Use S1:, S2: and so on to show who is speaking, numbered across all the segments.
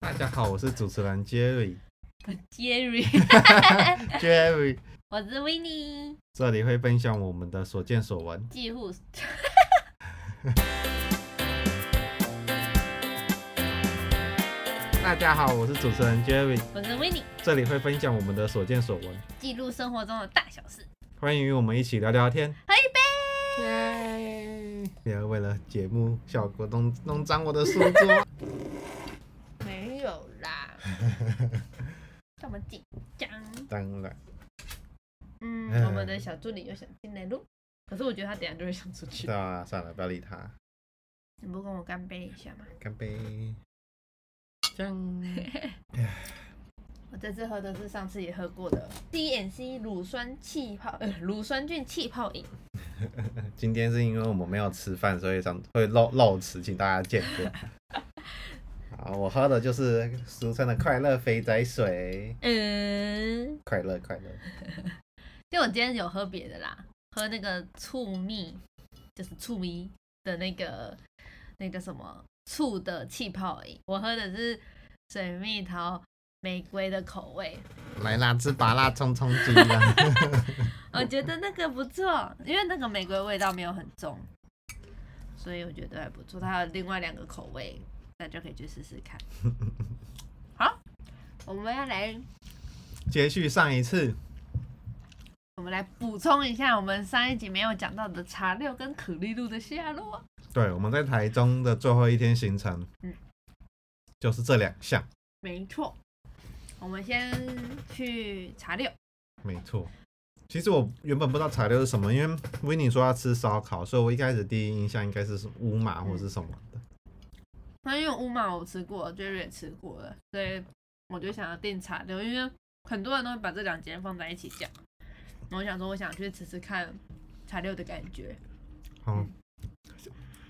S1: 大家好，我是主持人 Jerry
S2: Jerry，
S1: Jerry，
S2: 我是 w i n n i
S1: 这里会分享我们的所见所闻。
S2: 几乎是
S1: 大家好，我是主持人 Jerry，
S2: 我是 w i n n i
S1: 这里会分享我们的所见所闻，
S2: 记录生活中的大小事，
S1: 欢迎与我们一起聊聊天。
S2: 喝一杯。
S1: 不要为了节目效果弄弄脏我的书桌。
S2: 没有啦，干嘛紧张？
S1: 当然，
S2: 嗯，
S1: 嗯
S2: 我们的小助理又想进来喽，可是我觉得他等一下就会想出去。
S1: 那算了，不要理他。
S2: 你不跟我干杯一下吗？
S1: 干杯！
S2: 我这次喝的是上次也喝过的 DNC 乳酸气泡，呃，乳酸菌气泡饮。
S1: 今天是因为我们没有吃饭，所以想会漏漏吃，请大家见谅。好，我喝的就是俗称的快乐肥仔水，
S2: 嗯，
S1: 快乐快乐。
S2: 因为我今天有喝别的啦，喝那个醋蜜，就是醋咪的那个那个什么醋的气泡饮，我喝的是水蜜桃玫瑰的口味，
S1: 来啦，吃麻辣冲冲鸡啊啦！
S2: 我觉得那个不错，因为那个玫瑰味道没有很重，所以我觉得还不错。它还有另外两个口味，大家可以去试试看。好，我们要来，
S1: 接续上一次，
S2: 我们来补充一下我们上一集没有讲到的茶六跟可丽露的下落。
S1: 对，我们在台中的最后一天行程，
S2: 嗯
S1: 就是这两项，
S2: 没错，我们先去茶六。
S1: 没错。其实我原本不知道材料是什么，因为维尼说要吃烧烤，所以我一开始第一印象应该是什么乌马或是什么的。
S2: 那因为乌马我吃过，Jerry 也吃过了，所以我就想要订茶六，因为很多人都会把这两间放在一起讲。我想说，我想去吃吃看茶六的感觉。
S1: 好，哦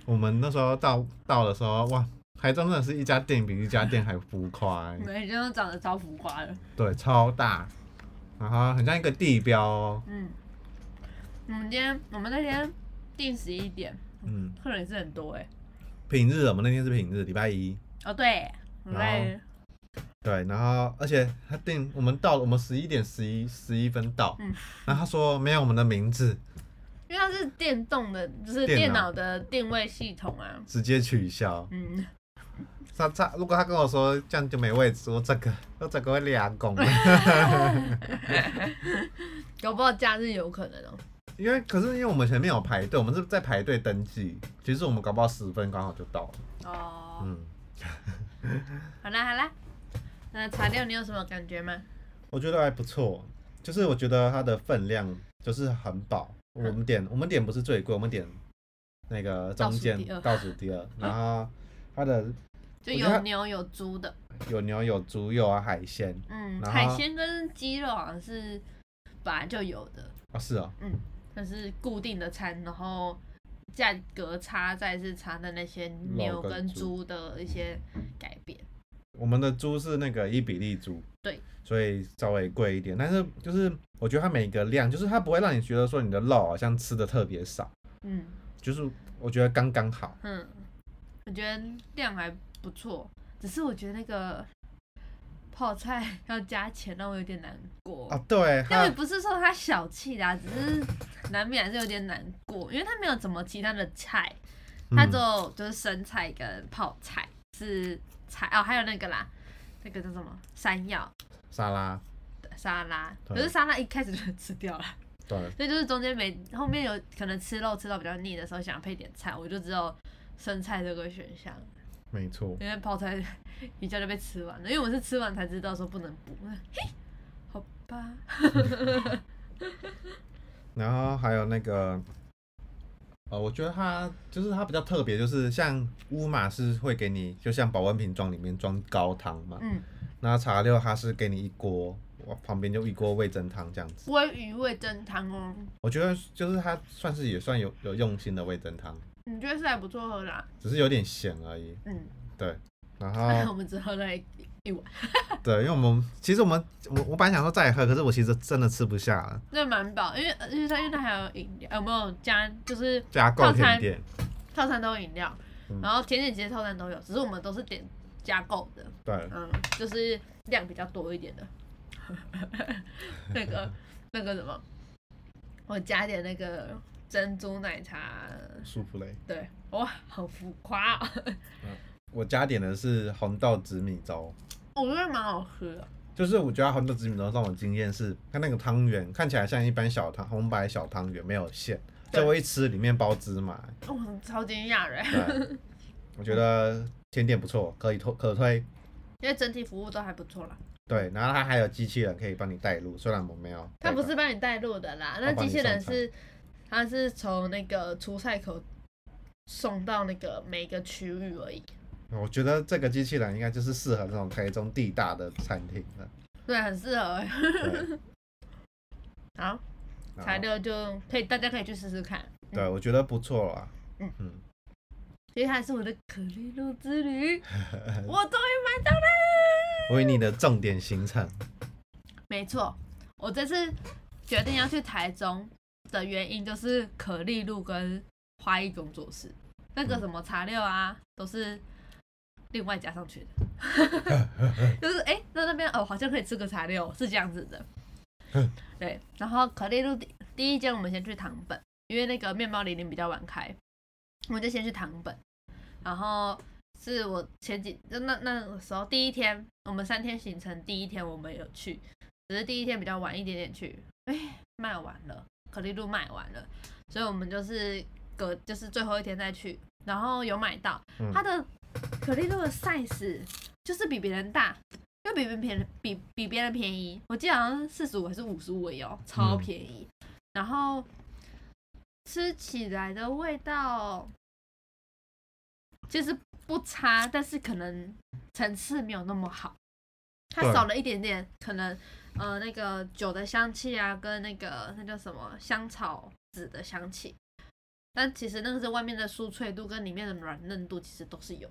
S1: 我们那时候到到的时候，哇，台中真的是一家店比一家店还浮夸、欸，
S2: 每天都长得超浮夸的。
S1: 对，超大，然后很像一个地标哦，
S2: 嗯，我们今天我们那天定十一点，
S1: 嗯，
S2: 客人也是很多哎、
S1: 平日我们那天是平日，礼拜一，
S2: 哦对，我们在
S1: 然对，然后而且他定我们到了，我们十一点十一十一分到，
S2: 嗯
S1: 然后他说没有我们的名字，
S2: 因为它是电动的，就是
S1: 电
S2: 电
S1: 脑
S2: 脑的定位系统啊。
S1: 直接取消。
S2: 嗯，
S1: 他他如果他跟我说这样就没位置，我整个我整个会俩拱，
S2: 搞不好假日有可能哦、
S1: 因为可是因为我们前面有排队，我们是在排队登记，其实我们搞不好十分刚好就到了，
S2: 哦，
S1: 嗯。
S2: 好啦好啦，那茶六你有什么感觉吗？
S1: 我觉得还不错，就是我觉得它的分量就是很饱。我们点我们点不是最贵，我们点那个中间倒
S2: 倒
S1: 数第二，然后它的
S2: 就
S1: 我觉得
S2: 有牛有猪的，
S1: 有牛有猪又有啊海鲜
S2: 嗯，
S1: 然后
S2: 海鲜跟鸡肉好像是本来就有的，
S1: 啊，是哦，
S2: 嗯，它是固定的餐，然后价格差在是差在那些牛跟猪的一些改变。
S1: 我们的猪是那个伊比利猪，
S2: 对，
S1: 所以稍微贵一点，但是就是我觉得它每个量，就是它不会让你觉得说你的肉好像吃的特别少，
S2: 嗯
S1: 就是我觉得刚刚好，
S2: 嗯，我觉得量还不错，只是我觉得那个泡菜 要加钱，让我有点难过。
S1: 啊，对，
S2: 但
S1: 它
S2: 也不是说他小气啦，只是难免还是有点难过，因为他没有怎么其他的菜，他
S1: 嗯
S2: 只有就是生菜跟泡菜是菜哦，还有那个啦，那个叫什么山药
S1: 沙拉，
S2: 沙拉，
S1: 对
S2: 可是沙拉一开始就吃掉了，
S1: 对，
S2: 所以就是中间没后面有可能吃肉吃到比较腻的时候，想要配点菜，我就只有生菜这个选项，
S1: 没错，
S2: 因为泡菜 一下就被吃完了，因为我是吃完才知道说不能补， 嘿，好吧，
S1: 然后还有那个，呃，我觉得它就是它比较特别，就是像乌马是会给你，就像保温瓶装里面装高汤嘛，
S2: 嗯。
S1: 那茶六它是给你一锅，哇旁边就一锅味噌汤这样子。
S2: 鲑鱼味增汤哦，
S1: 我觉得就是它算是也算有有用心的味噌汤，
S2: 你觉得是还不错喝啦。
S1: 只是有点咸而已。
S2: 嗯，
S1: 然
S2: 我
S1: 后
S2: 们只喝了一一碗，
S1: 对，因为我们其实我们我我本来想说再喝，可是我其实真的吃不下了，
S2: 那蛮饱，因为因为它因为它还有饮料，有呃没有加就是
S1: 加购
S2: 套餐
S1: 甜点，
S2: 套餐都有饮料
S1: 嗯，
S2: 然后甜点其实套餐都有，只是我们都是点加购的，
S1: 对，
S2: 嗯，就是量比较多一点的， 那个那个什么，我加点那个珍珠奶茶，
S1: 舒芙蕾。
S2: 对，哇，好浮夸、哦，
S1: 我加点的是红豆紫米粥，
S2: 我觉得蛮好喝的，
S1: 就是我觉得红豆紫米粥让我惊艳是，它那个汤圆看起来像一般小汤红白小汤圆，没有馅，
S2: 对
S1: 所以我一吃里面包芝麻。
S2: 我超惊讶的，欸
S1: 对，我觉得甜点不错，可以推可推。
S2: 因为整体服务都还不错啦。
S1: 对，然后它还有机器人可以帮你带路，虽然我没有带
S2: 他
S1: 到。
S2: 不是帮你带路的啦，那
S1: 啊他帮
S2: 机
S1: 你
S2: 器人
S1: 送
S2: 是，他是从那个出菜口送到那个每个区域而已。
S1: 我觉得这个机器人应该就是适合那种台中地大的餐厅 的。
S2: 对，很适合 欸。
S1: 对，
S2: 好，
S1: 然后
S2: 材料就可以，大家可以去试试看。
S1: 对，我觉得不错啦。
S2: 嗯
S1: 嗯，
S2: 接下来是我的可丽露 之旅，我终于买到啦！
S1: 维尼的重点行程，
S2: 没错，我这次决定要去台中的原因就是可丽露跟花艺工作室那个什么茶料啊，都是另外加上去的，就是哎、诶那那边哦，好像可以吃个茶料，是这样子的。对，然后可丽露第第一间我们先去堂本，因为那个面包零零比较晚开，我们就先去堂本，然后。是我前几就那那个时候第一天，我们三天行程第一天我们有去，只是第一天比较晚一点点去，哎，卖完了，可丽露卖完了，所以我们就是隔就是最后一天再去，然后有买到
S1: 嗯
S2: 它的可丽露的 size 就是比别人大，又比别人便比比别人便宜，我记得好像四十五还是五十五有，超
S1: 嗯
S2: 便宜，然后吃起来的味道就是不差，但是可能层次没有那么好，它
S1: 对
S2: 少了一点点可能呃那个酒的香气啊，跟那个那叫什么香草籽的香气。但其实那个是外面的酥脆度跟里面的软嫩度其实都是有，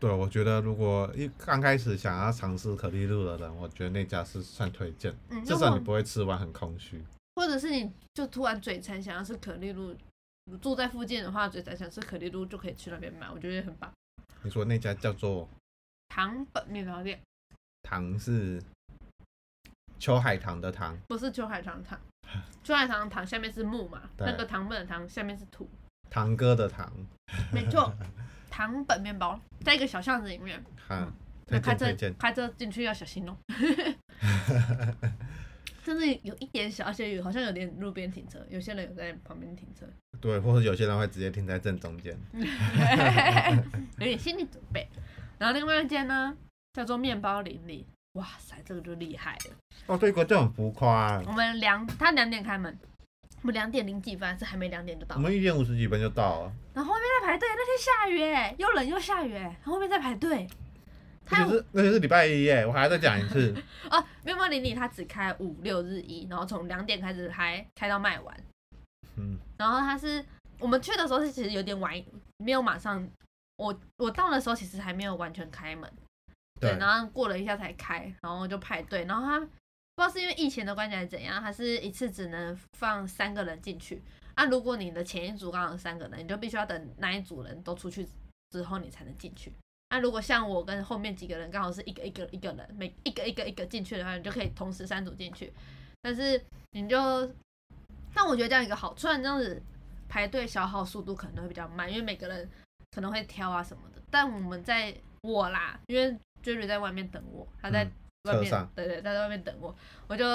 S1: 对我觉得如果一刚开始想要尝试可丽露的人，我觉得那家是算推荐，
S2: 嗯，
S1: 至
S2: 如
S1: 少
S2: 果
S1: 你不会吃完很空虚。
S2: 或者是你就突然嘴馋想要吃可丽露，住在附近的话嘴馋想吃可丽露就可以去那边买，我觉得很棒。
S1: 你说那家叫做
S2: 糖本面包店
S1: 糖是秋海棠的糖，
S2: 不是秋海 棠糖，秋海棠糖下面是木嘛，
S1: 对
S2: 那个糖本的糖下面是土，
S1: 堂哥的堂，
S2: 嗯没错，糖本面包在一个小巷子里面，
S1: 哈，推
S2: 那开
S1: 荐推
S2: 车
S1: 荐。
S2: 开车进去要小心哦。 真的有一点小，而且有好像有点路边停车，有些人有在旁边停车，
S1: 对，或者有些人会直接停在正中间。
S2: 有点心理准备。然后另外一间呢，叫做面包林里，哇塞，这个就厉害了。
S1: 哦，对，国就很浮夸、啊
S2: 我们两，他两点开门，我们两点零几分还是还没两点就到
S1: 我，们一点五十几分就到了，
S2: 然后后面在排队，那天下雨哎，又冷又下雨哎，然后后面在排队。
S1: 而
S2: 他
S1: 且
S2: 有
S1: 是而且是礼拜一耶，我还要再讲一次。
S2: 哦，面包林里它只开五六日一，然后从两点开始开，开到卖完。
S1: 嗯，
S2: 然后它是我们去的时候是其实有点晚，没有马上。我我到的时候其实还没有完全开门，
S1: 对，
S2: 然后过了一下才开，然后就排队，然后他不知道是因为疫情的关系还是怎样，他是一次只能放三个人进去。那、如果你的前一组刚好有三个人，你就必须要等那一组人都出去之后，你才能进去。那、如果像我跟后面几个人刚好是一个一个一个人，每一个一个一个进去的话，你就可以同时三组进去。但是你就，但我觉得这样一个好，虽然这样子排队消耗速度可能会比较慢，因为每个人可能会挑啊什么的。但我们在我啦，因为 j e 在外面等我，他在
S1: 嗯
S2: 外
S1: 车
S2: 面，
S1: 上
S2: 对对，他在外面等我，我就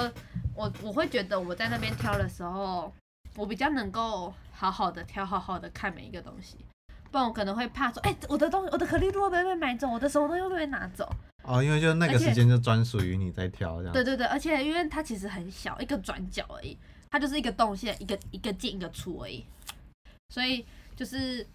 S2: 我我会觉得我在那边挑的时候，我比较能够好好的挑，好好的看每一个东西。不然我可能会怕说，哎、我的东西，我的可丽露会不会被买走？我的什么东西会不会被拿走？
S1: 哦，因为就是那
S2: 而
S1: 个
S2: 且
S1: 时间就专属于你在挑这样。
S2: 对对对，而且因为它其实很小，一个转角而已，它就是一个动线，一个一个进一个出而已。所以就是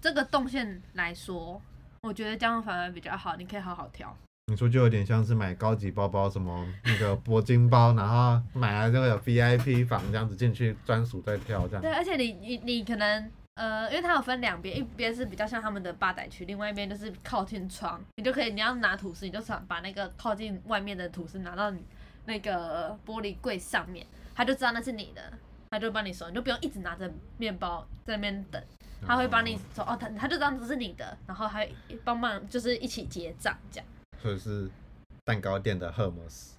S2: 这个动线来说，我觉得这样反而比较好，你可以好好挑。
S1: 你说就有点像是买高级包包，什么那个铂金包，然后买来就会有 VIP 房这样子进去专属在挑这样。
S2: 对，而且你你你可能呃，因为它有分两边，一边是比较像他们的吧台区，另外一边就是靠近窗，你就可以你要拿吐司，你就想把那个靠近外面的吐司拿到你那个玻璃柜上面，他就知道那是你的，他就帮你收，你就不用一直拿着面包在那边等。他会帮你说哦，他他就当这是你的，然后还帮忙就是一起结账这样，
S1: 或者是蛋糕店的赫莫斯，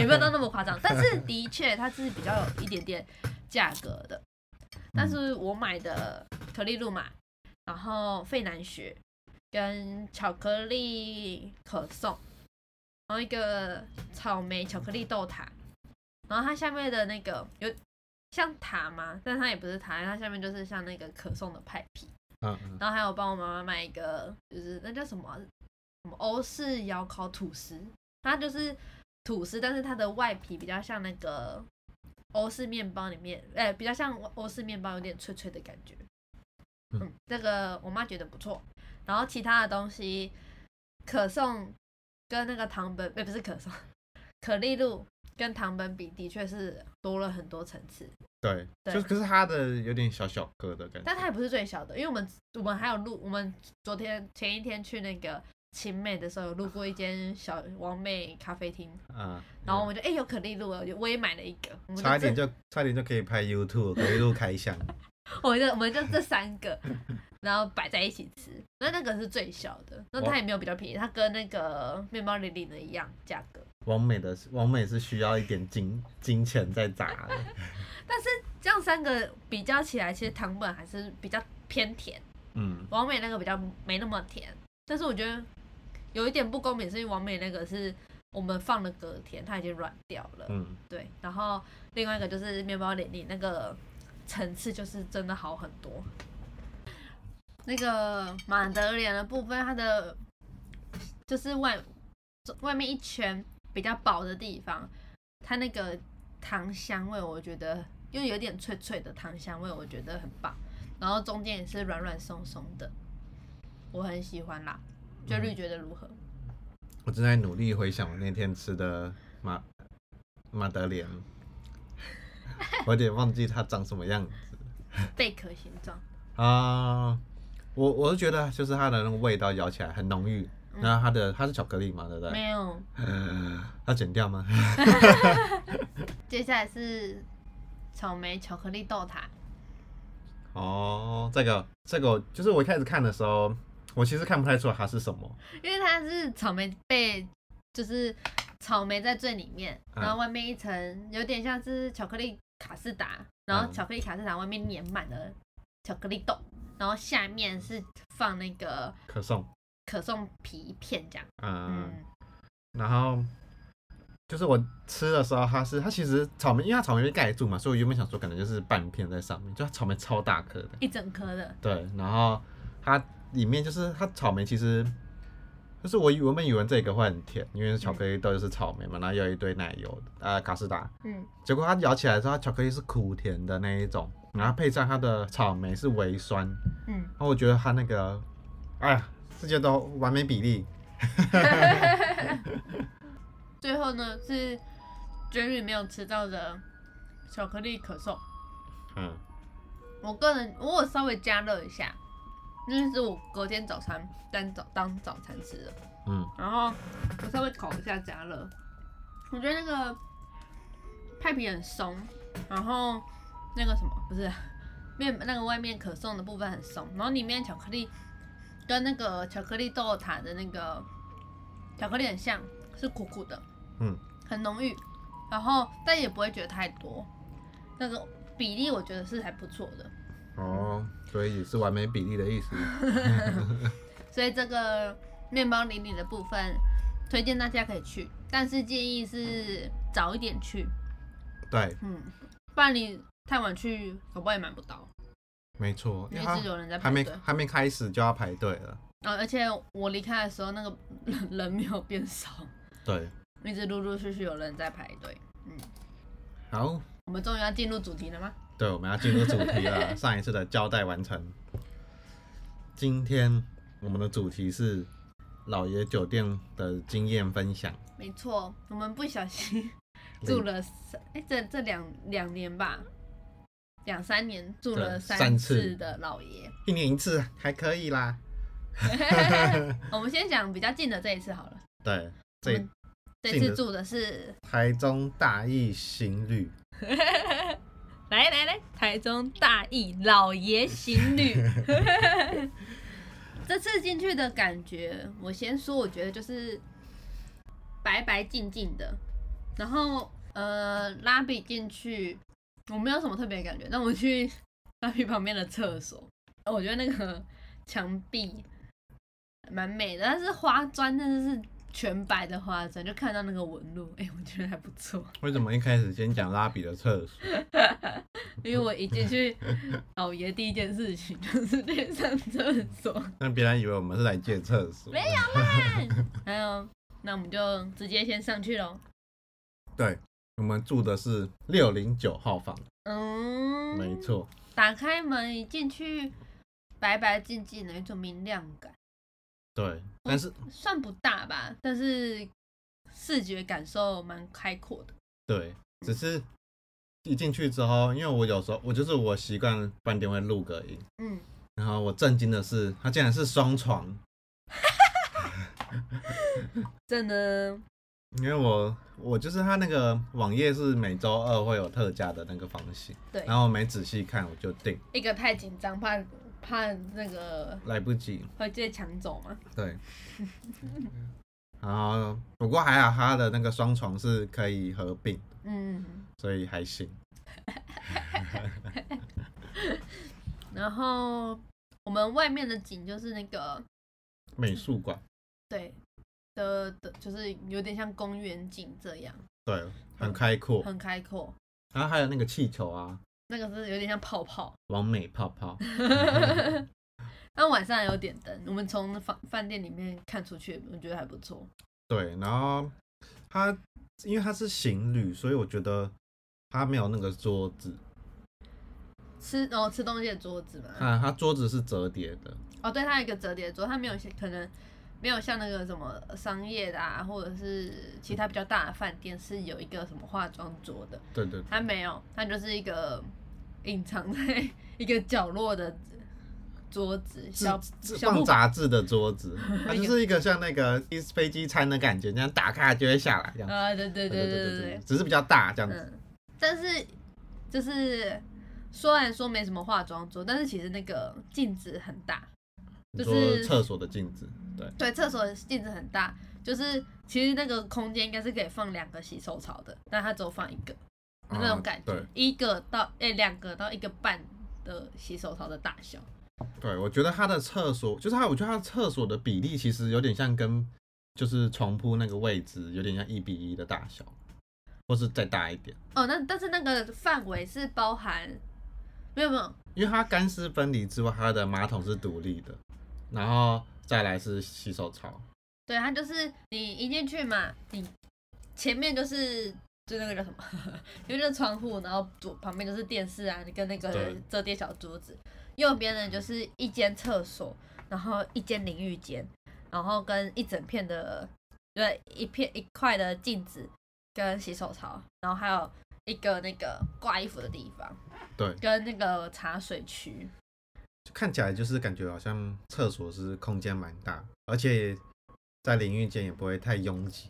S2: 也没有到那么夸张，但是的确它是比较有一点点价格的。但是我买的可丽露嘛，然后费南雪跟巧克力可颂，然后一个草莓巧克力豆塔，然后它下面的那个有像塔嘛，但它也不是塔，它下面就是像那个可颂的派皮。
S1: 嗯嗯，
S2: 然后还有帮我妈妈买一个，就是那叫什么啊什么欧式窑烤吐司，它就是吐司，但是它的外皮比较像那个欧式面包里面，哎、比较像欧式面包，有点脆脆的感觉。
S1: 嗯
S2: 嗯，这个我妈觉得不错。然后其他的东西，可颂跟那个糖本，哎、不是可颂，可丽露跟糖本比，的确是多了很多层次。
S1: 对，
S2: 对
S1: 就可是它的有点小小个的感觉，
S2: 但它也不是最小的，因为我们我们还有录，我们昨天前一天去那个青妹的时候，有路过一间小王妹咖啡厅，
S1: 嗯，
S2: 然后我们就哎、诶有可丽露了，我就我也买了一个，我们
S1: 差一点
S2: 就
S1: 就差一点就可以拍 YouTube 可以录开箱，
S2: 这我们就我们就这三 个，然后摆在一起吃，那那个是最小的，那它也没有比较便宜，它跟那个面包里领的一样价格，
S1: 完美的完美是需要一点金金钱在砸的，
S2: 这样三个比较起来，其实糖本还是比较偏甜。
S1: 嗯，
S2: 王美那个比较没那么甜，但是我觉得有一点不公平，是因为王美那个是我们放了隔天，它已经软掉了，
S1: 嗯，
S2: 对。然后另外一个就是面包里里那个层次就是真的好很多。那个马德莲的部分，它的就是外外面一圈比较薄的地方，它那个糖香味，我觉得又有点脆脆的糖香味，我觉得很棒。然后中间也是软软松松的，我很喜欢啦。就绿觉得如何？
S1: 我正在努力回想我那天吃的马马德莲， 我有点忘记它长什么样子
S2: 贝壳形状，
S1: 啊。我我是觉得就是它的那个味道咬起来很浓郁，然后它的它是巧克力嘛，对不对？
S2: 没有。
S1: 呃，要剪掉吗？
S2: 接下来是草莓巧克力豆塔，
S1: 哦，这个这个我就是我一开始看的时候，我其实看不太出来它是什么。
S2: 因为它是草莓被就是草莓在最里面，
S1: 嗯
S2: 然后外面一层有点像是巧克力卡士达，然后
S1: 嗯
S2: 巧克力卡士达外面粘满了巧克力豆，然后下面是放那个
S1: 可颂，
S2: 可颂皮一片这样，
S1: 嗯，
S2: 嗯，
S1: 然后就是我吃的时候，它是它其实草莓，因为它草莓被盖住嘛，所以我原本想说可能就是半片在上面，就它草莓超大颗的，
S2: 一整颗的，
S1: 对，然后它里面就是它草莓其实。就是我以原本以为这个会很甜，因为是巧克力豆就是草莓嘛，然后又有一堆奶油，呃，卡士达，
S2: 嗯，
S1: 结果它咬起来之后，它巧克力是苦甜的那一种，然后配上它的草莓是微酸，
S2: 嗯，
S1: 然后我觉得它那个，哎呀，这些都完美比例，
S2: 最后呢是 Jerry 没有吃到的巧克力可颂。
S1: 嗯，
S2: 我个人我有稍微加热一下，那是我隔天早餐当早当早餐吃的。
S1: 嗯，
S2: 然后我稍微烤一下加热，我觉得那个派皮很松，然后那个什么不是面那个外面可颂的部分很松，然后里面巧克力跟那个巧克力豆塔的那个巧克力很像，是苦苦的，
S1: 嗯，
S2: 很浓郁，然后但也不会觉得太多，那个比例我觉得是还不错的。
S1: 哦，所以是完美比例的意思，
S2: 所以这个面包淋漓的部分，推荐大家可以去，但是建议是早一点去，
S1: 对，
S2: 嗯，不然你太晚去，搞不好也买不到，
S1: 没错，
S2: 因为
S1: 它
S2: 一直有人在
S1: 还
S2: 排
S1: 没
S2: 队。
S1: 还没开始就要排队了，
S2: 然哦后、而且我离开的时候，那个人人没有变少，
S1: 对，
S2: 一直陆陆续续有人在排队。
S1: 好，
S2: 我们终于要进入主题了吗？
S1: 对，我们要进入主题 了，上一次的交代完成，今天我们的主题是老爷酒店的经验分享，
S2: 没错，我们不小心住了三，哎、这这两两年吧，两三年住了
S1: 对
S2: 三
S1: 三次
S2: 次的老爷。
S1: 一年一次还可以 啦，
S2: 我们先讲比较近的这一次好了。
S1: 对，这
S2: 嗯这
S1: 近
S2: 次
S1: 的
S2: 住的是
S1: 台中大义行旅，
S2: 来来来，台中大义老爷行旅。 这次进去的感觉，我先说，我觉得就是白白净净的。然后呃，拉比进去，我没有什么特别的感觉，但我去拉比旁边的厕所，我觉得那个墙壁蛮美的，但是花砖真的是全白的花砖，就看到那个纹路，哎、我觉得还不错。
S1: 为什么一开始先讲拉比的厕所？
S2: 因为我一进 去老爷第一件事情就是去上厕所。
S1: 让别人以为我们是来借厕所。
S2: 没有啦。还有，那我们就直接先上去喽。
S1: 对，我们住的是六零九号房，
S2: 嗯，
S1: 没错。
S2: 打开门一进去，白白净净的，有一种明亮感，
S1: 对，但是
S2: 算不大吧，但是视觉感受蛮开阔的。
S1: 对，只是一进去之后，因为我有时候我就是我习惯饭店会录个音，
S2: 嗯，
S1: 然后我震惊的是，它竟然是双床，
S2: 真的，
S1: 因为我我就是它那个网页是每周二会有特价的那个房型，
S2: 对
S1: 然后我没仔细看我就订，
S2: 一个太紧张，怕怕那个
S1: 来不及，
S2: 会被抢走嘛。
S1: 对。然后不过还好它的那个双床是可以合并，
S2: 嗯。
S1: 所以还行。
S2: 然后我们外面的景就是那个
S1: 美术馆，
S2: 对的的，就是有点像公园景这样，
S1: 对，很开阔。
S2: 嗯很开阔。
S1: 然后还有那个气球啊，
S2: 那个是有点像泡泡。
S1: 完美泡泡。
S2: 那晚上有点灯，我们从饭饭店里面看出去，我觉得还不错。
S1: 对，然后它因为它是行旅，所以我觉得它没有那个桌子，
S2: 吃哦，吃东西的桌子嘛，
S1: 啊它它桌子是折叠的，
S2: 哦，对，它有一个折叠桌，它没有像可能没有像那个什么商业的啊，或者是其他比较大的饭店是有一个什么化妆桌的，
S1: 对对
S2: 它没有，它就是一个隐藏在 一个角落的桌子，小
S1: 是
S2: 小
S1: 放
S2: 木哎
S1: 杂志的桌 子，它就是一个像那个一飞机餐的感觉，这样打开它就会下来这样。
S2: 啊，对对对对对对，
S1: 只是比较大这样子。
S2: 嗯，但是就是虽然说没什么化妆桌，但是其实那个镜子很大，
S1: 你
S2: 就
S1: 说
S2: 是
S1: 厕所的镜子，对
S2: 对，厕所的镜子很大，就是其实那个空间应该是可以放两个洗手槽的，但它只有放一个，
S1: 啊
S2: 那种感觉，
S1: 对
S2: 一个到哎两个到一个半的洗手槽的大小，
S1: 对，我觉得它的厕所就是它，我觉得它厕所的比例其实有点像跟就是床铺那个位置有点像一比一的大小，或是再大一点。
S2: 哦，那但是那个范围是包含，没有没有，
S1: 因为它干湿分离之外，它的马桶是独立的，然后再来是洗手槽，
S2: 对，它就是你一进去嘛，你前面就是就那个叫什么， 因为就是窗户，然后左旁边就是电视啊，跟那个
S1: 对
S2: 折叠小桌子，右边呢就是一间厕所，然后一间淋浴间，然后跟一整片的，对，一片一块的镜子跟洗手槽，然后还有一个那个挂衣服的地方，
S1: 对
S2: 跟那个茶水区，
S1: 就看起来就是感觉好像厕所是空间蛮大，而且在淋浴间也不会太拥挤。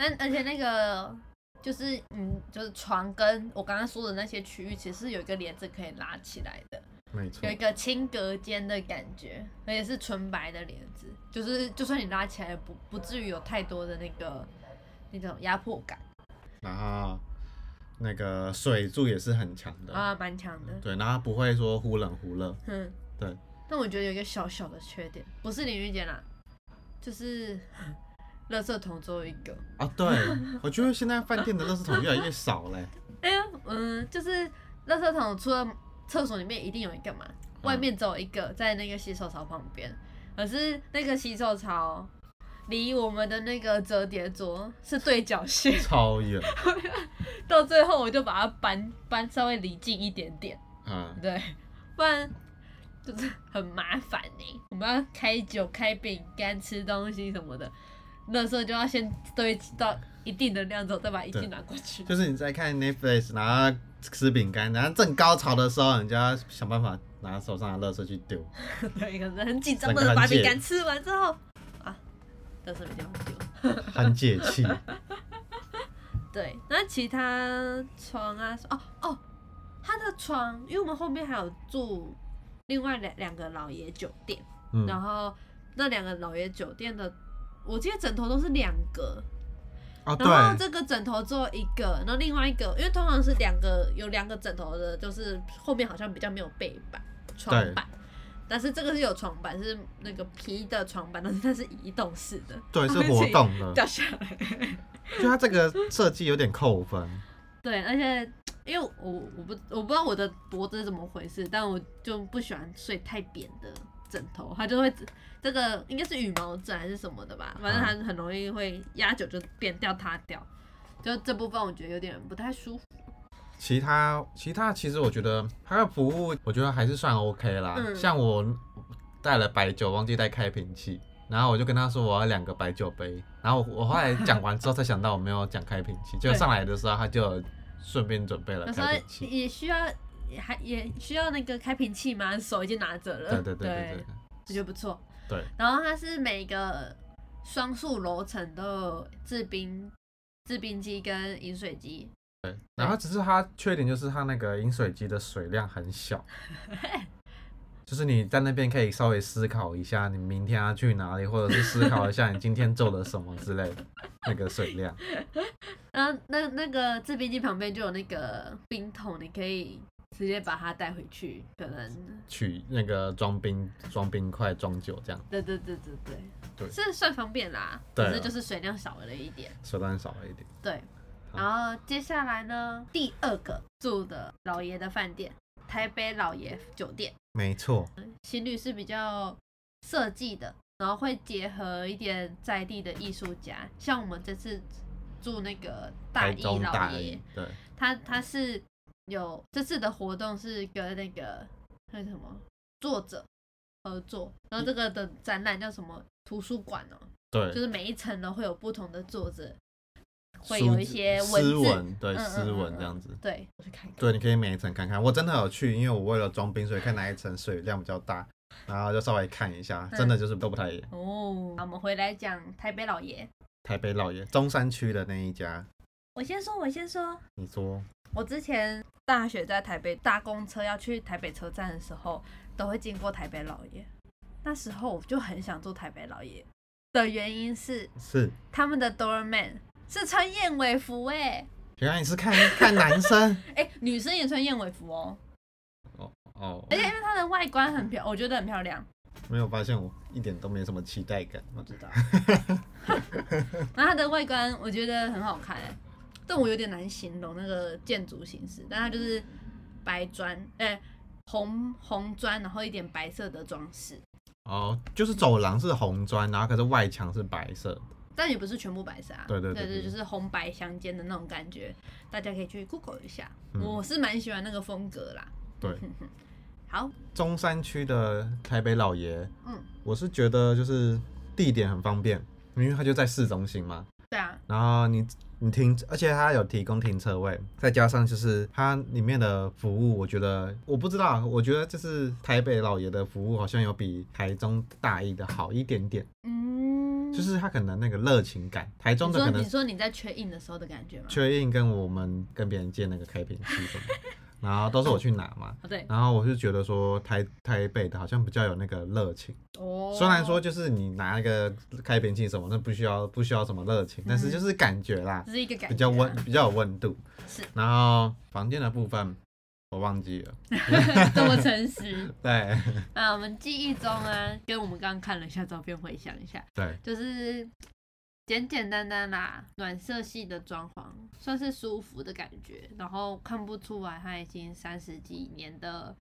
S2: 但而且那个就是嗯，就是床跟我刚刚说的那些区域，其实有一个帘子可以拉起来的，
S1: 没错
S2: 有一，个轻隔间的感觉，而且是纯白的帘子，就是就算你拉起来也不，不至于有太多的那个那种压迫感
S1: 然后那个水柱也是很强的，
S2: 啊，蛮强的。
S1: 对，然后它不会说忽冷忽热，
S2: 嗯，
S1: 对。
S2: 但我觉得有一个小小的缺点，不是淋浴间啦，就是。 垃圾桶只有一个，
S1: 啊，对，我觉得现在饭店的垃圾桶越来越少嘞。
S2: 哎呀，嗯，就是垃圾桶除了厕所里面一定有一个嘛，外面只有一个在那个洗手槽旁边，可是那个洗手槽离我们的那个折叠桌是对角线，
S1: 超远
S2: 到最后我就把它搬搬稍微离近一点点，
S1: 啊，
S2: 对，不然就是很麻烦呢、我们要开酒、开饼干、吃东西什么的，那时候就要先堆积到一定的量之后再把一
S1: 对
S2: 定拿过去。
S1: 就是你在看 Netflix，然后吃饼干，然后正高潮的时候，你就要想办法拿手上的垃圾去 丢。
S2: 对，可是很紧张
S1: 整个
S2: 的
S1: 很
S2: 把饼
S1: 紧
S2: 干吃完之后，啊，但是没地方丢。
S1: 很解气。
S2: 对，那其他床啊，哦哦，床，因为我们后面还有住另外两两个老爷酒店，然
S1: 嗯，
S2: 后那两个老爷酒店的，我记得枕头都是两个，
S1: 哦
S2: 然后
S1: 对，
S2: 这个枕头只有一个，然后另外一个，因为通常是两个有两个枕头的，就是后面好像比较没有背板、床板，但是这个是有床板，是那个皮的床板，但是它是移动式的，
S1: 对是
S2: 它会
S1: 活
S2: 自己
S1: 动的，
S2: 掉下来。
S1: 就它这个设计有点扣分。
S2: 对，而且因为我我不我不知道我的脖子是怎么回事，但我就不喜欢睡太扁的枕头，它就会这个应该是羽毛枕还是什么的吧，反正它很容易会压久就变掉塌掉，就这部分我觉得有点不太舒服。
S1: 其他其他其实我觉得它的服务，我觉得还是算 OK 啦。
S2: 嗯
S1: 像我带了白酒，忘记带开瓶器，然后我就跟他说我要两个白酒杯，然后我我后来讲完之后才想到我没有讲开瓶器，结果上来的时候他就顺便准备了
S2: 有时候
S1: 开瓶器。
S2: 也需要也还也需要那个开瓶器吗？手已经拿着了，
S1: 对对对对对，
S2: 我觉得不错。
S1: 对，
S2: 然后它是每个双数楼层都有制冰制冰机跟饮水机，
S1: 对，然后只是它缺点就是它那个饮水机的水量很 小，就是你在那边可以稍微思考一下，你明天要去哪里，或者是思考一下你今天做了什么之类的那个水量。
S2: 然后那那个制冰机旁边就有那个冰桶，你可以直接把它带回去，可能
S1: 取那个装冰、装冰块、装酒这样，
S2: 对对对对对，
S1: 对
S2: 是算方便啦，
S1: 对啊
S2: 只是就是水量少了一点，
S1: 手段少了一点。
S2: 对。
S1: 好
S2: 然后接下来呢，第二个住的老爷的饭店，台北老爷酒店。
S1: 没错，
S2: 情侣是比较设计的，然后会结合一点在地的艺术家，像我们这次住那个大
S1: 台
S2: 义
S1: 中
S2: 老
S1: 大
S2: 爷
S1: 一，，对，
S2: 他他是有这次的活动是跟那个那个什么作者合作，然后这个的展览叫什么图书馆哦，
S1: 对，
S2: 就是每一层呢会有不同的作者，会
S1: 书
S2: 有
S1: 字
S2: 一些文
S1: 诗
S2: 字，
S1: 文，对，
S2: 嗯嗯
S1: 诗
S2: 嗯
S1: 文
S2: 嗯
S1: 这样子。
S2: 对，我去看一看。
S1: 对，你可以每一层看看。我真的有去，因为我为了装冰水，看哪一层水量比较大，然后就稍微看一下，真的就是都不太一样。
S2: 哦，好我们回来讲台北老爷。
S1: 台北老爷中山区的那一家，
S2: 我先说，我先说，
S1: 你说
S2: 我之前大学在台北搭公车要去台北车站的时候，都会经过台北老爷。那时候我就很想住台北老爷的原因是
S1: 是？
S2: 他们的 doorman 是穿燕尾服哎、
S1: 原来你是看看男 生
S2: 哎、女生也穿燕尾服哦，
S1: 哦，
S2: 而且哎因为它的外观很漂，我觉得很漂亮。
S1: 没有发现我一点都没什么期待感。我知道，
S2: 然后它的外观我觉得很好看、欸，但我有点难形容那个建筑形式，但它就是白砖，哎、红红砖，然后一点白色的装饰，
S1: 哦，就是走廊是红砖，然后可是外墙是白色的。
S2: 但也不是全部白色啊，
S1: 对对对
S2: 对
S1: 对对
S2: 就是红白相间的那种感觉，大家可以去 Google 一下，
S1: 嗯
S2: 我是蛮喜欢那个风格啦。
S1: 对，
S2: 好，
S1: 中山区的台北老爷，
S2: 嗯，
S1: 我是觉得就是地点很方便，因为它就在市中心嘛。
S2: 对啊，
S1: 然后你你停，而且它有提供停车位，再加上就是它里面的服务，我觉得我不知道，我觉得就是台北老爷的服务好像有比台中大一的好一点点，
S2: 嗯，
S1: 就是他可能那个热情感，台中
S2: 你
S1: 的
S2: 说
S1: 可
S2: 你
S1: 能
S2: 说你在缺印的时候的感觉吗？
S1: 缺印跟我们跟别人借那个开瓶器什么的，然后都是我去拿嘛。
S2: 哦对，
S1: 然后我是觉得说台台北的好像比较有那个热情，
S2: 哦，
S1: 虽然说就是你拿那个开瓶器什么，那不需要不需要什么热情，但是就是感觉啦，
S2: 只是一个感觉啊、
S1: 比较温比较有温度。
S2: 是
S1: 然后房间的部分我忘记了，
S2: 这么诚实。
S1: 对
S2: 啊，我们记忆中啊，跟我们刚刚看了一下照片，回想一下，
S1: 对，
S2: 就是简简单单啦，暖色系的装潢，算是舒服的感觉，然后看不出来它已经三十几年的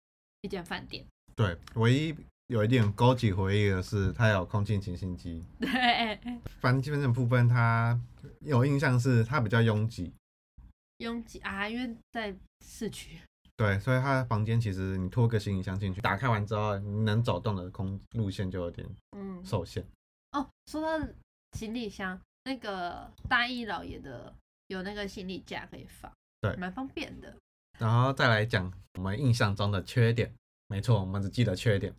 S2: 一间饭店。
S1: 对，唯一有一点勾起回忆的是它有空气清新机，
S2: 对，
S1: 房间的部分它有印象是它比较拥挤，
S2: 拥挤啊，因为在市区，
S1: 对，所以它的房间其实你拖个行李箱进去，打开完之后你能走动的空路线就有点
S2: 嗯，
S1: 受限。
S2: 哦，说到行李箱，那个大义老爷的有那个行李架可以放，
S1: 对
S2: 蛮方便的。
S1: 然后再来讲我们印象中的缺点，没错，我们只记得缺点，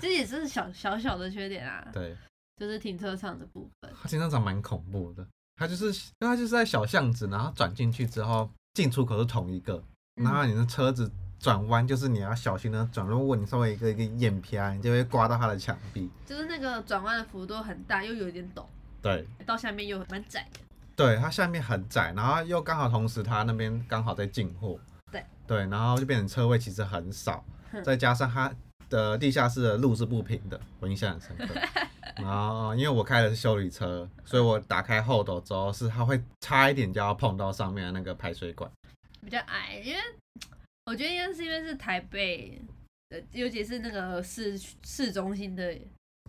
S2: 这也是小小小的缺点啊，
S1: 对。
S2: 就是停车场的部分。
S1: 它停车场蛮恐怖的，它就是因为它就是在小巷子，然后转进去之后，进出口是同一个，然后你的车子转弯就是你要小心的转，如果你稍微一个一个眼皮啊，你就会刮到它的墙壁。
S2: 就是那个转弯的幅度很大，又有点陡，
S1: 对，
S2: 到下面又蛮窄的。
S1: 对，它下面很窄，然后又刚好同时它那边刚好在进货，
S2: 对
S1: 对，然后就变成车位其实很少，再加上它的地下室的路是不平的，我印象很深 刻。然后因为我开的是修理车，所以我打开后斗之后是它会差一点就要碰到上面的那个排水管。
S2: 比较矮，因为我觉得应该是因为是台北，呃，尤其是那个市区市中心的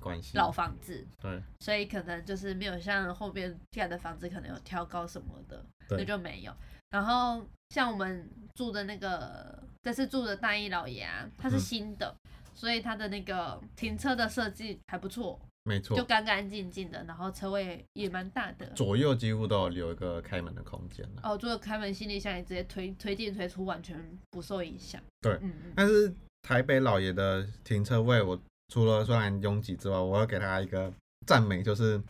S1: 关系
S2: 老房子，
S1: 对
S2: 所以可能就是没有像后面盖的房子可能有挑高什么的，
S1: 对
S2: 那就没有。然后像我们住的那个，这次住的大一老爷啊，它是
S1: 嗯
S2: 新的，所以它的那个停车的设计还不错，
S1: 没
S2: 就
S1: 错，
S2: 干干净净的，然后车位也蛮大的。
S1: 左右几乎都有留一个开门的空间了。
S2: 哦，做开门行李箱也直接推推进推出，完全不受影响。
S1: 对
S2: 嗯嗯。
S1: 但是台北老爷的停车位，我除了虽然拥挤之外，我要给他一个赞美，就是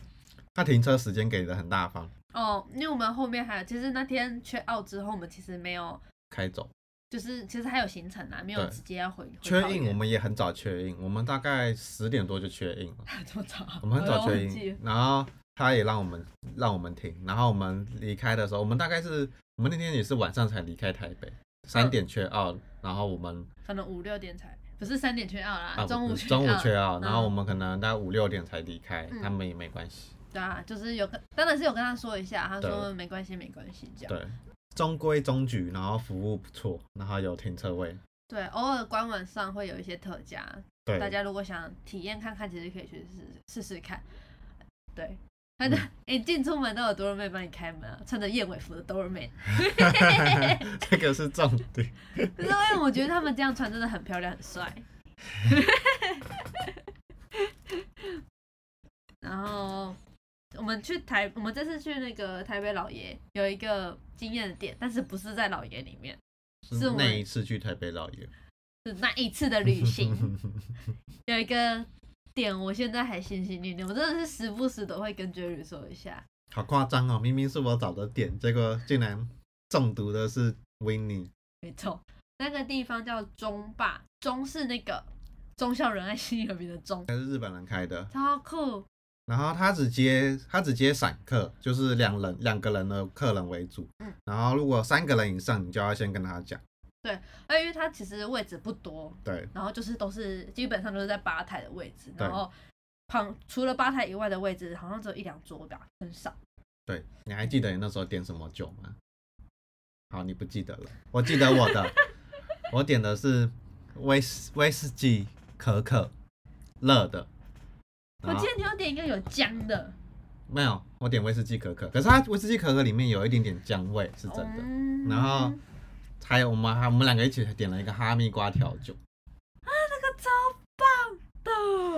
S1: 他停车时间给的很大方，
S2: 哦，因为我们后面还有，其实那天缺澳之后，我们其实没有，
S1: 开走。
S2: 就是其实还有行程啊，没有
S1: 对
S2: 直接要回。
S1: 缺
S2: 回
S1: 印我
S2: 们
S1: 们也很早缺印，我们大概十点多就缺印了，
S2: 多早？
S1: 我们很早
S2: 都
S1: 缺
S2: 忘记了
S1: 印，然后他也让我们让我们停，然后我们离开的时候，我们大概是我们那天也是晚上才离开台北，三点缺澳，然后我们
S2: 可能五六点才，不是三点缺澳啦，
S1: 啊
S2: 中午
S1: 不是
S2: 缺
S1: 中午
S2: 澳
S1: 缺澳，然后
S2: 嗯
S1: 我们可能大概五六点才离开，
S2: 嗯
S1: 他们也没关系。
S2: 对啊，就是有跟，当然是有跟他说一下，他说
S1: 对
S2: 没关系，没关系这样。
S1: 对，中规中矩，然后服务不错，然后有停车位。
S2: 对，偶尔官网上会有一些特价，
S1: 对，
S2: 大家如果想体验看看，其实可以去试试试看。对，反
S1: 嗯
S2: 正你进出门都有 doorman 帮你开门啊，穿着燕尾服的 doorman。
S1: 这个是重点。
S2: 可是因为我觉得他们这样穿真的很漂亮，很帅。 然后我们去台，我们这次去那个台北老爷有一个惊艳的点，但是不是在老爷里面， 是我
S1: 那
S2: 们
S1: 一次去台北老爷，
S2: 是那一次的 旅行有一个点，我现在还心心念念，我真的是时不时都会跟 Jerry 说一下。
S1: 好夸张哦！明明是我找的点，结果竟然中毒的是 w i n n i e
S2: 没错，那个地方叫中坝，中是那个忠孝仁爱信义和平的忠，
S1: 还是日本人开的。
S2: 超酷。
S1: 然后他只接他只接散客，就是两人两个人的客人为主。
S2: 嗯
S1: 然后如果三个人以上，你就要先跟他讲。
S2: 而因为它其实位置不多，
S1: 对
S2: 然后就是都是基本上都是在吧台的位置，
S1: 对
S2: 然后旁除了吧台以外的位置，好像只有一两桌吧，很少。
S1: 对，你还记得你那时候点什么酒吗？好，你不记得了，我记得我的，我点的是威士威士忌可可热的。
S2: 我
S1: 然后
S2: 记得你有点一个有姜的，
S1: 没有，我点威士忌可可，可是它威士忌可可里面有一点点姜味，是真的。
S2: 嗯
S1: 然后还有我们还我们两个一起点了一个哈密瓜调酒，
S2: 那个超棒的，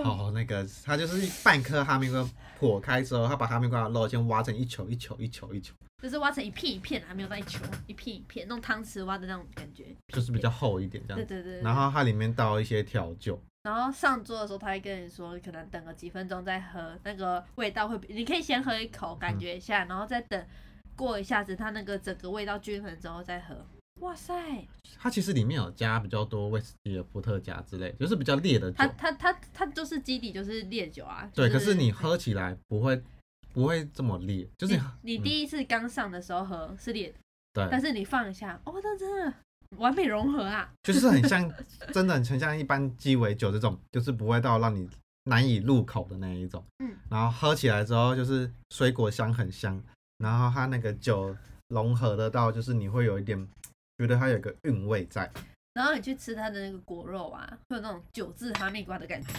S1: 哦，那个它就是半颗哈密瓜破开之后，它把哈密瓜的肉先挖成一球一球一球一球，
S2: 就是挖成一片一片，啊还没有到一球，一片一片，弄汤匙挖的那种感觉。
S1: 就是比较厚一点这
S2: 对
S1: 样子。
S2: 对对。对
S1: 然后它里面倒一些调酒，
S2: 然后上桌的时候，他会跟你说，可能等个几分钟再喝，那个味道会比，你可以先喝一口，
S1: 嗯
S2: 感觉一下，然后再等过一下子，它那个整个味道均衡之后再喝。哇塞，
S1: 它其实里面有加比较多威士忌的伏特加之类，就是比较烈的酒
S2: 它。它它它就是基底就是烈酒啊。
S1: 对，
S2: 就
S1: 可是你喝起来不会不会这么烈，就是喝
S2: 你
S1: 嗯
S2: 第一次刚上的时候喝是烈的，但
S1: 对，
S2: 是你放一下，哦，那真的完美融合啊。
S1: 就是 很像，真的很像一般鸡尾酒这种，就是不会到让你难以入口的那一种。
S2: 嗯，
S1: 然后喝起来之后就是水果香很香，然后它那个酒融合得到，就是你会有一点觉得它有一个韵味在。
S2: 然后你去吃它的那个果肉啊，会有那种酒渍哈密瓜的感觉。